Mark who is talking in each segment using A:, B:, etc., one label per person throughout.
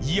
A: 以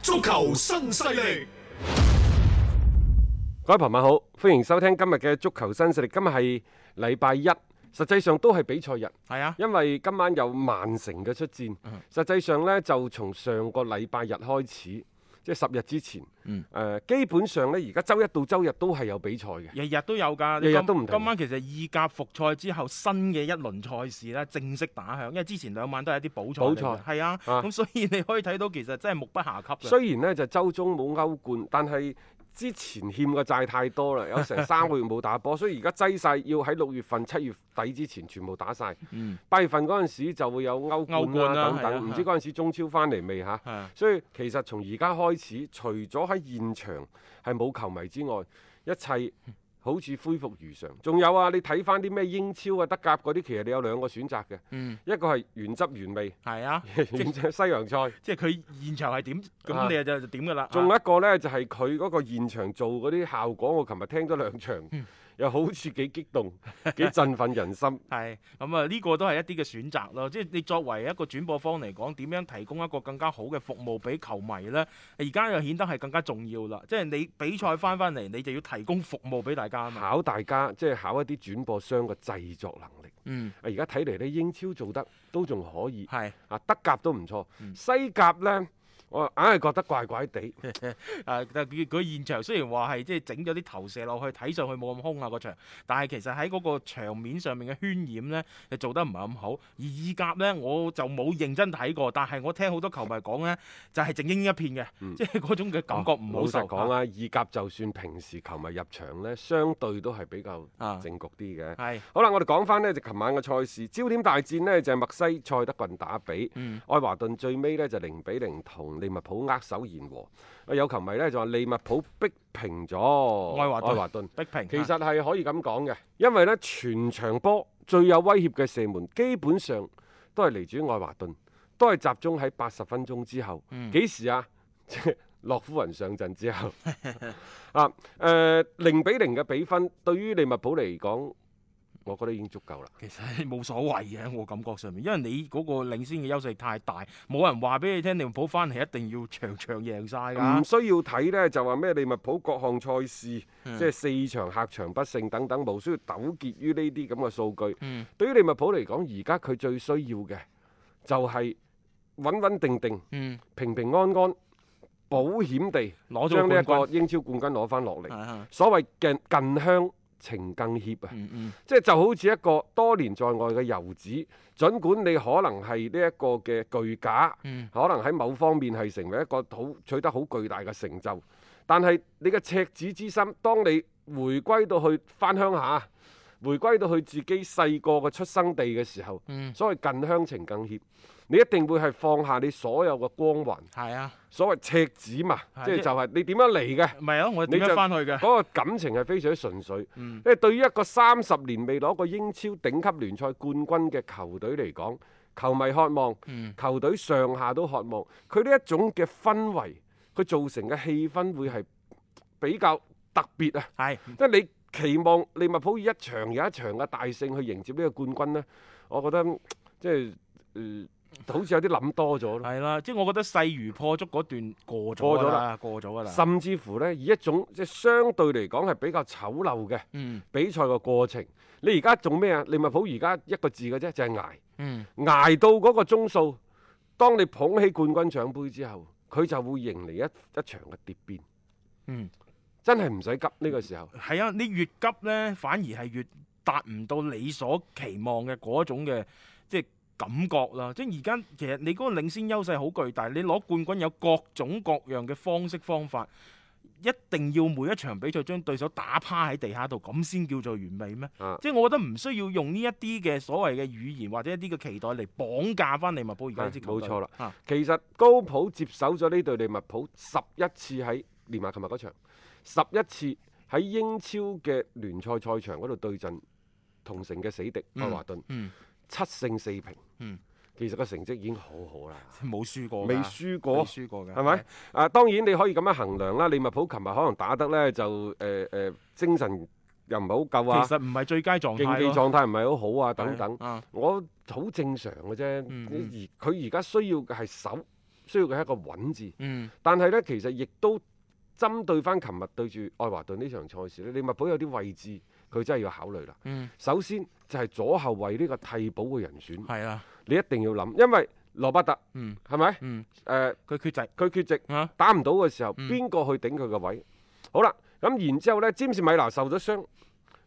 A: 足球新勢力，
B: 各位朋友好，歡迎收聽今日嘅足球新勢力。今日係禮拜一，實際上都係比賽日，
C: 係啊，嗯
B: 因為今晚有曼城嘅出戰。實際上呢，就從上個禮拜日開始，即係十日之前，誒、
C: 嗯
B: 呃基本上呢，而家周一到周日都係有比賽嘅。
C: 日日都有㗎，
B: 日日
C: 今
B: 都唔停
C: 今晚其實意甲復賽之後，新嘅一輪賽事咧正式打響，因為之前兩晚都係一啲補賽嚟嘅，
B: 補賽
C: 係啊，
B: 啊
C: 咁、所以你可以睇到其實真係目不暇給嘅。
B: 雖然呢，就周中冇歐冠，但係之前欠嘅債太多 啦，有成三個月冇打波，所以而家擠晒要喺六月份、七月底之前全部打晒。
C: 嗯，
B: 八月份嗰陣時就會有歐
C: 歐
B: 冠
C: 冠啦
B: 啦等
C: 係啊
B: 等，唔
C: 係
B: 知嗰陣時中超翻嚟未嚇
C: 係啊？
B: 所以其實從而家開始，除咗喺現場係冇球迷之外，一切好似恢復如常。仲有啊，你睇翻啲咩英超啊、德甲嗰啲，其實你有兩個選擇嘅，
C: 嗯，
B: 一個係原汁 原味，
C: 係 啊，
B: 原汁西洋菜。
C: 即係佢現場係點，
B: 啊
C: 咁你就就點㗎啦。
B: 仲有
C: 啊
B: 一個呢，就係佢嗰個現場做嗰啲效果，我琴日聽咗兩場，
C: 嗯
B: 又好似幾激 動、幾振奮人心。
C: 係咁啊，呢個都係一啲嘅選擇咯。即係你作為一個轉播方嚟講，點樣提供一個更加好嘅服務俾球迷呢？而家又顯得係更加重要啦。即係你比賽翻翻嚟，你就要提供服務俾大家啊嘛。
B: 考大家即係考一啲轉播商嘅製作能力。
C: 嗯，
B: 啊而家睇嚟呢，英超做得都仲可以，
C: 係。嗯
B: 啊德甲都唔錯，西甲呢，我硬係覺得怪怪地。
C: 誒，啊但佢佢現場雖然話係即係整咗啲投射落去，睇上去冇咁空啊個場，但係其實喺嗰個場面上面嘅渲染呢，就做得唔係咁好。而意甲呢，我就冇認真睇過，但係我聽好多球迷講呢，就係靜英一片嘅，即係嗯嗰種嘅感覺唔
B: 老
C: 好受。
B: 實講啊，意甲就算平時球迷入場呢，相對都係比較
C: 啊
B: 正局啲嘅。
C: 係
B: 好啦，我哋講翻呢就琴晚嘅賽事，焦點大戰呢就係、墨西塞德郡打比，
C: 嗯
B: 愛華頓最尾呢就零比零同利物浦握手言和。啊有球迷呢就話利物浦逼平咗
C: 愛華頓
B: 愛華頓，
C: 逼平。啊
B: 其實係可以咁講嘅，因為呢全場波最有威脅嘅射門基本上都係嚟自於愛華頓，都係集中喺八十分鐘之後。幾、時啊？ 即係洛夫雲上陣之後啊，誒零比零嘅比分對於利物浦嚟講，我覺得已經足夠啦。
C: 其實係冇所謂嘅，我感覺上面，因為你嗰個領先嘅優勢太大，冇人話俾你聽利物浦翻嚟一定要場場贏晒
B: 唔
C: 㗎。
B: 需要睇呢，就話咩利物浦各項賽事，
C: 嗯
B: 即係四場客場不勝等等，無需要糾結於呢啲咁嘅數據。
C: 嗯
B: 對於利物浦嚟講，而家佢最需要嘅就係穩穩定定、
C: 嗯，
B: 平平安安、保險地
C: 攞咗
B: 將呢一
C: 冠
B: 個
C: 軍
B: 英超冠軍攞翻落
C: 係
B: 嚟。
C: 係
B: 所謂嘅近鄉情更怯啊！
C: 嗯嗯。
B: 即係就好似一個多年在外嘅遊子，儘管你可能係呢一個嘅巨架，
C: 嗯
B: 可能喺某方面係成為一個好取得好巨大嘅成就，但係你嘅赤子之心，當你回歸到去返鄉下，回歸到去自己細個嘅出生地嘅時候，
C: 嗯
B: 所謂近鄉情更怯，你一定會係放下你所有嘅光環，
C: 係啊，
B: 所謂赤子嘛，
C: 係
B: 即係
C: 即
B: 就係你點樣嚟嘅。
C: 咪啊咯，我
B: 你
C: 點
B: 就
C: 樣翻去嘅？
B: 嗰個感情係非常之純粹。
C: 嗯
B: 因為對於一個三十年未攞過英超頂級聯賽冠軍嘅球隊嚟講，球迷渴望，
C: 嗯
B: 球隊上下都渴望。佢呢一種嘅氛圍，佢造成嘅氣氛會係比較特別啊！
C: 係
B: 即係你期望利物浦以一場又一場嘅大勝去迎接呢個冠軍呢，我覺得嗯即係誒、呃好似有啲諗多咗咯。
C: 係啦，即係我覺得勢如破竹嗰段過咗
B: 過咗
C: 㗎
B: 啦
C: 啦，過咗㗎啦。
B: 甚至乎呢，以一種即係相對嚟講係比較醜陋嘅。
C: 嗯
B: 比賽嘅過程。你而家做咩啊？利物浦而家一個字嘅啫，就係、捱。
C: 嗯，
B: 捱到嗰個鐘數，當你捧起冠軍獎杯之後，佢就會迎嚟一一場嘅蝶變。
C: 嗯，
B: 真係唔使急呢個時候。
C: 係啊，你越急呢，反而係越達唔到你所期望嘅嗰種嘅即係感覺啦。即係而家其實你嗰個領先優勢好巨大，你攞冠軍有各種各樣嘅方式方法，一定要每一場比賽將對手打趴喺地下度，咁先叫做完美咩？
B: 啊
C: 即係我覺得唔需要用呢一啲嘅所謂嘅語言或者一啲嘅期待嚟綁架翻利物浦而家呢支
B: 係
C: 球隊。
B: 嗯冇錯啦
C: 啊
B: 其實高普接手咗呢隊利物浦十一次喺連埋琴日嗰場，十一次喺英超嘅聯賽賽場嗰度對陣同城嘅死敵愛華頓，
C: 嗯
B: 七勝四平。
C: 嗯
B: 其實個成績已經好好啦，
C: 冇輸過㗎，
B: 未輸過
C: 未。輸過嘅，
B: 係咪？？啊，當然你可以咁樣衡量啦。利物浦琴日可能打得呢，就誒誒、呃呃精神又唔係好夠啊，
C: 其實唔係最佳狀
B: 競
C: 態
B: 技
C: 咯
B: 狀態唔係好好啊，等等。
C: 係啊
B: 我好正常嘅啫。
C: 嗯
B: 而佢而家需要嘅係守，需要嘅係一個穩字。
C: 嗯。
B: 但係呢，其實亦都針對翻琴日對住愛華頓呢場賽事咧，利物浦有啲位置佢真係要考慮啦。
C: 嗯
B: 首先就係左後衞呢個替補嘅人選，
C: 係啦，
B: 你一定要諗，因為羅伯特
C: 嗯
B: 係咪？誒、
C: 嗯，佢缺席
B: 佢缺席
C: 啊，
B: 打唔到嘅時候，
C: 嗯
B: 邊個去頂佢個位？好啦，咁然之後呢，詹士米拿受咗傷，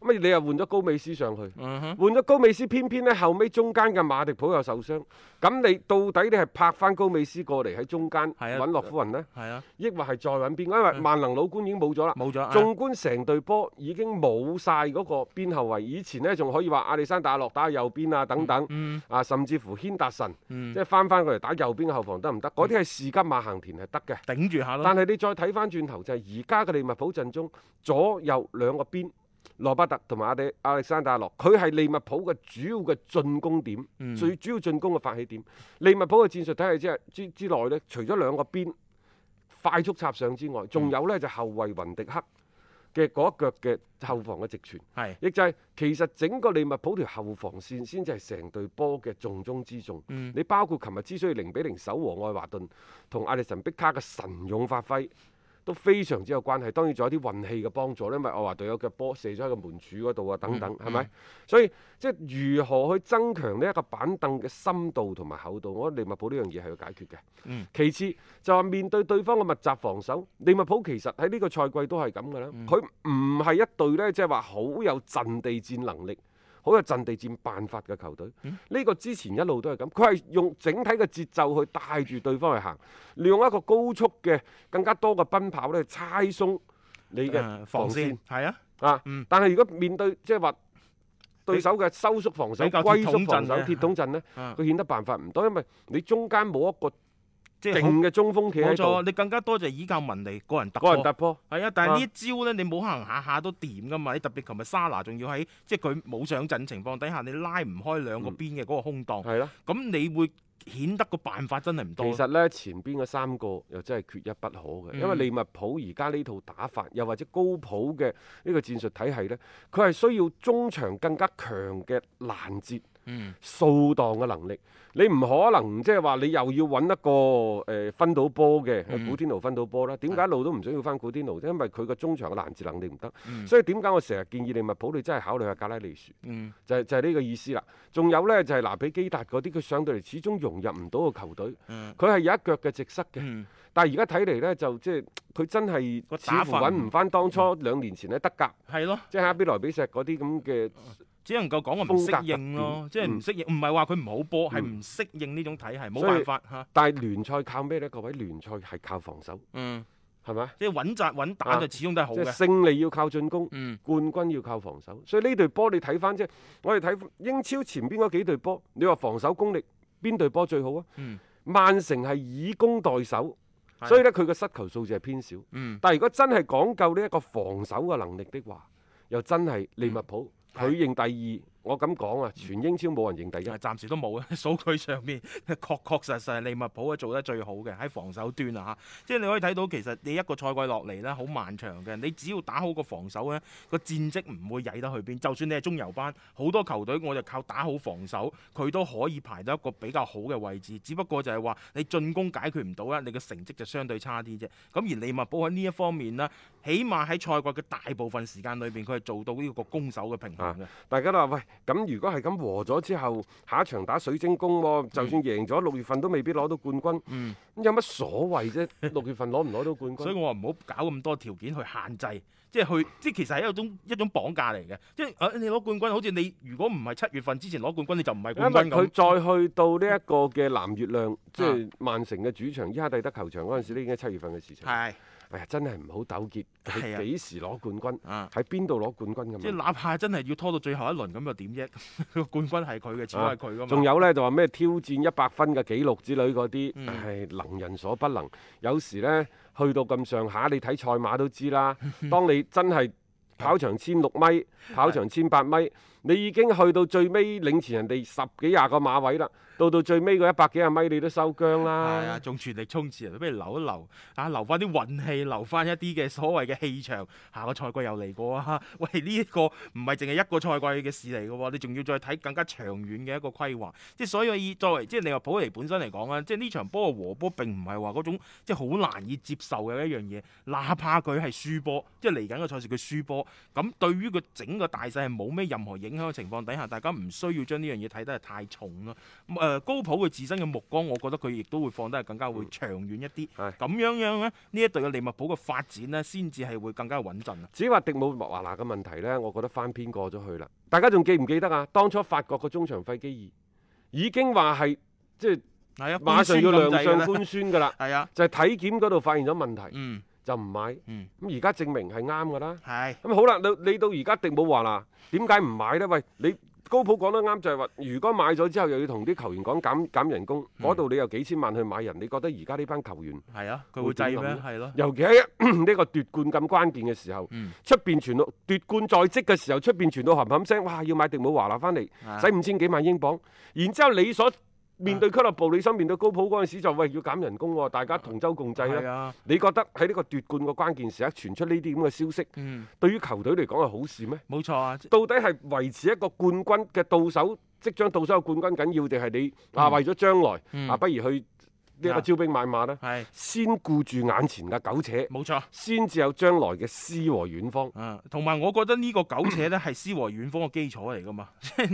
B: 咁你又換咗高美斯上去。
C: 嗯哼，
B: 換咗高美斯，偏偏呢後尾中間嘅馬迪普又受傷，咁你到底你係拍翻高美斯過嚟喺中間
C: 係啊
B: 揾洛夫雲呢？
C: 係啊，
B: 抑或係再揾邊個？因為萬能老官已經冇咗啦。
C: 冇咗啊，
B: 縱觀成隊波已經冇晒嗰個邊後衞，以前呢仲可以話阿里山打落打右邊啊等等，
C: 嗯
B: 啊甚至乎軒達臣，
C: 嗯
B: 即，係翻翻過嚟打右邊嘅後防得唔得？嗰啲係士急馬行田係得嘅，
C: 頂住下
B: 但
C: 咯，
B: 係你再睇翻轉頭就係而家嘅利物浦陣中左右兩個邊，羅伯特同埋阿迪亞歷山大洛，佢係利物浦嘅主要嘅進攻點，
C: 嗯
B: 最主要進攻嘅發起點。利物浦嘅戰術體系之之之內呢，除咗兩個邊快速插上之外，仲有呢就後衞雲迪克嘅嗰一腳嘅後防嘅直傳。
C: 係，
B: 亦就係其實整個利物浦條後防線先至係成隊波嘅重中之重。
C: 嗯
B: 你包括琴日之所以零比零守和愛華頓，同阿力神碧卡嘅神勇發揮都非常之有關係。當然仲有啲運氣嘅幫助咧，因為愛哦華頓有腳波射咗喺個門柱嗰度啊，等等，係咪、所以即係如何去增強呢一個板凳嘅深度同埋厚度，我覺得利物浦呢樣嘢係要解決嘅。
C: 嗯
B: 其次就話面對對方嘅密集防守，利物浦其實喺呢個賽季都係咁㗎啦。佢唔係一隊呢，即係話好有陣地戰能力。好有陣地戰辦法嘅球隊，
C: 嗯
B: 呢、個之前一路都係咁，佢係用整體嘅節奏去帶住對方去行，利用一個高速嘅更加多嘅奔跑咧，猜鬆你嘅
C: 誒
B: 防
C: 防
B: 線
C: 線係啊，
B: 啊！
C: 嗯
B: 但係如果面對即係話對手嘅收縮防守、
C: 比較
B: 龜
C: 鐵
B: 縮
C: 桶
B: 防
C: 陣
B: 守、
C: 嘅
B: 鐵桶陣呢，
C: 啊
B: 佢顯得辦法唔多，因為你中間冇一個
C: 即係好
B: 勁嘅中鋒企
C: 冇錯，
B: 喺度，
C: 你更加多就係依靠文尼個人突
B: 個人突
C: 破。
B: 破。
C: 係啊，但係呢一招咧，你冇可能下下都掂噶嘛。你特別琴日沙拿仲要喺即係佢冇上陣情況底下，你拉唔開兩個邊嘅嗰個空檔，
B: 係啦，
C: 咁你會顯得個辦法真係唔
B: 嗯其
C: 多。
B: 實呢，前邊嘅三個又真係缺一不可嘅，因為
C: 嗯
B: 利物浦而家呢套打法，又或者高普嘅呢個戰術體系呢，佢係需要中場更加強嘅攔截。
C: 嗯
B: 掃蕩嘅能力，你唔可能即係話你又要揾一個誒、呃分到波嘅、
C: 嗯
B: 古天奴分到波啦。點解一路都唔想要翻古天奴啫？因為佢個中場嘅攔截能力唔得，
C: 嗯
B: 所以點解我成日建議利物浦你真係考慮下格拉利樹，
C: 嗯，
B: 就係、就係、呢個意思啦。仲有呢，就係、拿比基達嗰啲，佢上到嚟始終融入唔到個球隊，
C: 嗯
B: 佢係有一腳嘅直塞嘅。
C: 嗯
B: 但係而家睇嚟呢，就即係佢真係
C: 個
B: 似
C: 打
B: 乎
C: 法
B: 揾
C: 唔嗯
B: 唔翻當初兩年前喺德甲，
C: 係咯。
B: 即係哈比萊比錫嗰啲咁嘅
C: 只能夠講我唔適應咯，即係唔適應，唔係話佢唔好波，係唔適應呢種體系，冇
B: 嗯所以
C: 辦法嚇。
B: 但係聯賽靠咩呢？各位聯賽係靠防守，
C: 嗯，
B: 係咪？
C: 即係穩紮穩
B: 啊
C: 打就始終都係好
B: 即係
C: 嘅。
B: 勝利要靠進攻，
C: 嗯
B: 冠軍要靠防守。所以呢隊波你睇翻即係我哋睇英超前邊嗰幾隊波，你話防守功力邊隊波最好啊？
C: 嗯
B: 曼城係以攻代守，
C: 係
B: 所以呢，佢嘅失球數字係偏少。
C: 嗯，
B: 但係如果真係講究呢一個防守嘅能力的話，又真係利物浦
C: 嗯
B: 佢認第二。我咁講啊，全英超冇人認第一
C: 啊。暫時都冇啊。 數據上面確確實實係利物浦係啊做得最好嘅喺防守端啊嚇。即係你可以睇到其實你一個賽季落嚟呢，好漫長嘅，你只要打好個防守呢，個戰績唔會曳得去邊。就算你係中游班，好多球隊我就靠打好防守，佢都可以排到一個比較好嘅位置。只不過就係話你進攻解決唔到啦，你嘅成績就相對差啲啫。咁而利物浦喺呢一方面呢，起碼喺賽季嘅大部分時間裏邊，佢係做到呢個攻守嘅平衡嘅。
B: 大家都話喂，咁如果係咁和咗之後，下一場打水晶宮喎，就算贏咗，六月份都未必攞到冠軍。
C: 嗯
B: 咁有乜所謂啫？ 六月份攞唔攞到冠軍？
C: 所以我話唔好搞咁多條件去限制，即係去即係其實係一種一種綁架嚟嘅，即係啊你攞冠軍，好似你如果唔係七月份之前攞冠軍，你就唔係
B: 因
C: 冠軍
B: 為
C: 咁。
B: 佢
C: 嗯
B: 再去到呢一個嘅藍月亮，即係曼城嘅主場伊哈蒂德球場嗰陣時，呢已經係七月份嘅事情。
C: 係
B: 哎呀，真係唔好糾結，
C: 係啊
B: 佢幾時攞冠軍，
C: 啊。
B: 喺邊度攞冠軍咁啊
C: 即係
B: 樣。
C: 哪怕真係要拖到最後一輪咁又點啫？ 個冠軍係佢嘅，始終係佢噶嘛。
B: 仲有呢，就話咩挑戰一百分嘅紀錄之類嗰啲，
C: 嗯
B: 係能人所不能。有時呢，去到咁上下，你睇賽馬都知 啦。當你真係跑場千六米、跑場千八米，你已經去到最尾領前人哋十幾廿個馬位啦。到到最尾嗰一百幾廿米，你都收姜啦。
C: 係啊，仲全力衝刺，不如留一留啊，留翻啲運氣，留翻一啲嘅所謂嘅氣場。下個賽季又嚟過啊！ 喂，呢、一個唔係淨係一個賽季嘅事嚟嘅喎，你仲要再睇更加長遠嘅一個規劃。即係所以作為即係利物浦嚟本身嚟講啊，即係呢場波嘅和波並唔係話嗰種即係好難以接受嘅一樣嘢。哪怕佢係輸波，即係嚟緊嘅賽事佢輸波，咁對於佢整個大勢係冇咩任何影響嘅情況底下，大家唔需要將呢樣嘢睇得係太重咯。咁、呃高普佢自身嘅目光，我覺得佢亦都會放得係更加會長遠一啲。
B: 嗯係
C: 咁樣樣咧，呢一隊嘅利物浦嘅發展呢，先至係會更加穩陣啊！
B: 只話迪姆莫華拿嘅問題呢，我覺得翻篇過咗去啦。大家仲記唔記得啊？當初法國個中場費基爾已經話係即係
C: 係啊，
B: 馬上要
C: 官宣咁
B: 亮
C: 滯㗎
B: 相
C: 啦
B: 官宣㗎啦，
C: 係啊，
B: 就係體檢嗰度發現咗問題，
C: 嗯
B: 就唔買。
C: 嗯，
B: 咁而家證明係啱㗎啦。
C: 係
B: 咁好啦，你你到而家迪姆華拿點解唔買呢？喂，你高普講得啱就係話，如果買咗之後又要同啲球員講減減人工，
C: 嗯
B: 嗰度你有幾千萬去買人，你覺得而家呢班球 員，
C: 係啊，佢
B: 會
C: 會制
B: 點諗
C: 咩？
B: 呢
C: 係咯，
B: 尤其喺呢個奪冠咁關鍵嘅時候？
C: 嗯，
B: 出邊傳到奪冠在即嘅時候，出邊傳到冚冚聲，哇！要買迪姆華拿翻嚟，
C: 啊
B: 使五千幾萬英鎊。然之後你所面對俱樂部，你所面對高普嗰陣時就喂要減人工喎，大家同舟共濟
C: 係
B: 啦。
C: 啊，
B: 你覺得喺呢個奪冠嘅關鍵時刻傳出呢啲咁嘅消息，
C: 嗯，
B: 對於球隊嚟講係好事咩？
C: 冇錯啊，即
B: 到底係維持一個冠軍嘅到手，即將到手嘅冠軍緊要，定係你啊
C: 嗯
B: 為咗將來
C: 嗯
B: 啊，不如去呢一個
C: 啊
B: 招兵買馬呢？
C: 係
B: 先顧住眼前嘅苟且，
C: 冇錯。
B: 先至有將來嘅詩和遠方。
C: 啊，同埋我覺得呢個苟且呢係詩和遠方嘅基礎嚟噶嘛， 即係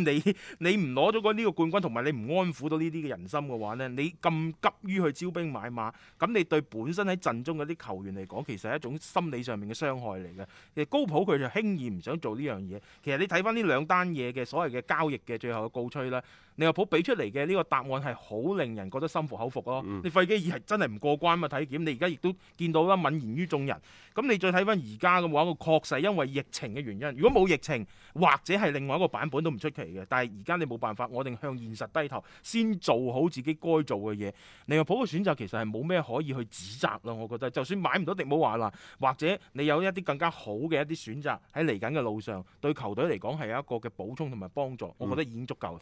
C: 你你唔攞咗個呢個冠軍，同埋你唔安撫到呢啲嘅人心嘅話呢，你咁急於去招兵買馬，咁你對本身喺陣中嗰啲球員嚟講，其實係一種心理上面嘅傷害嚟嘅。其實高普佢就輕易唔想做呢樣嘢。其實你睇翻呢兩單嘢嘅所謂嘅交易嘅最後嘅告吹啦，利物浦俾出嚟嘅呢個答案係好令人覺得心服口服咯。
B: 嗯
C: 你費基爾係真係唔過關嘛體檢，你而家亦都見到啦，泯然於眾人。咁你再睇翻而家嘅話，個確實係因為疫情嘅原因。如果冇疫情，或者係另外一個版本都唔出奇嘅。但係而家你冇辦法，我哋向現實低頭，先做好自己該做嘅嘢。利物浦嘅選擇其實係冇咩可以去指責啦。我覺得，就算買唔到迪姆華啦，或者你有一啲更加好嘅一啲選擇喺嚟緊嘅路上，對球隊嚟講係有一個嘅補充同埋幫助，我覺得已經足夠啦。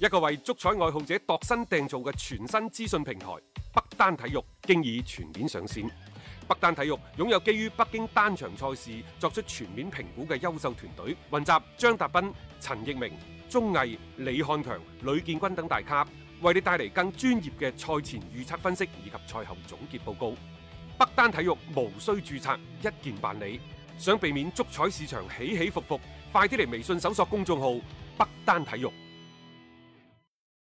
B: 一個為足彩愛好者度身訂造嘅全新資訊平台北單體育，經已全面上線。北單體育擁有基於北京單場賽事作出全面評估嘅優秀團隊，雲集張達斌、陳奕明、鐘毅、李漢強、呂建軍等大咖，為你帶嚟更專業嘅賽前預測分析以及賽後總結報告。北單體育無需註冊，一鍵辦理。想避免足彩市場起起伏伏，快啲嚟微信搜索公眾號北單體育。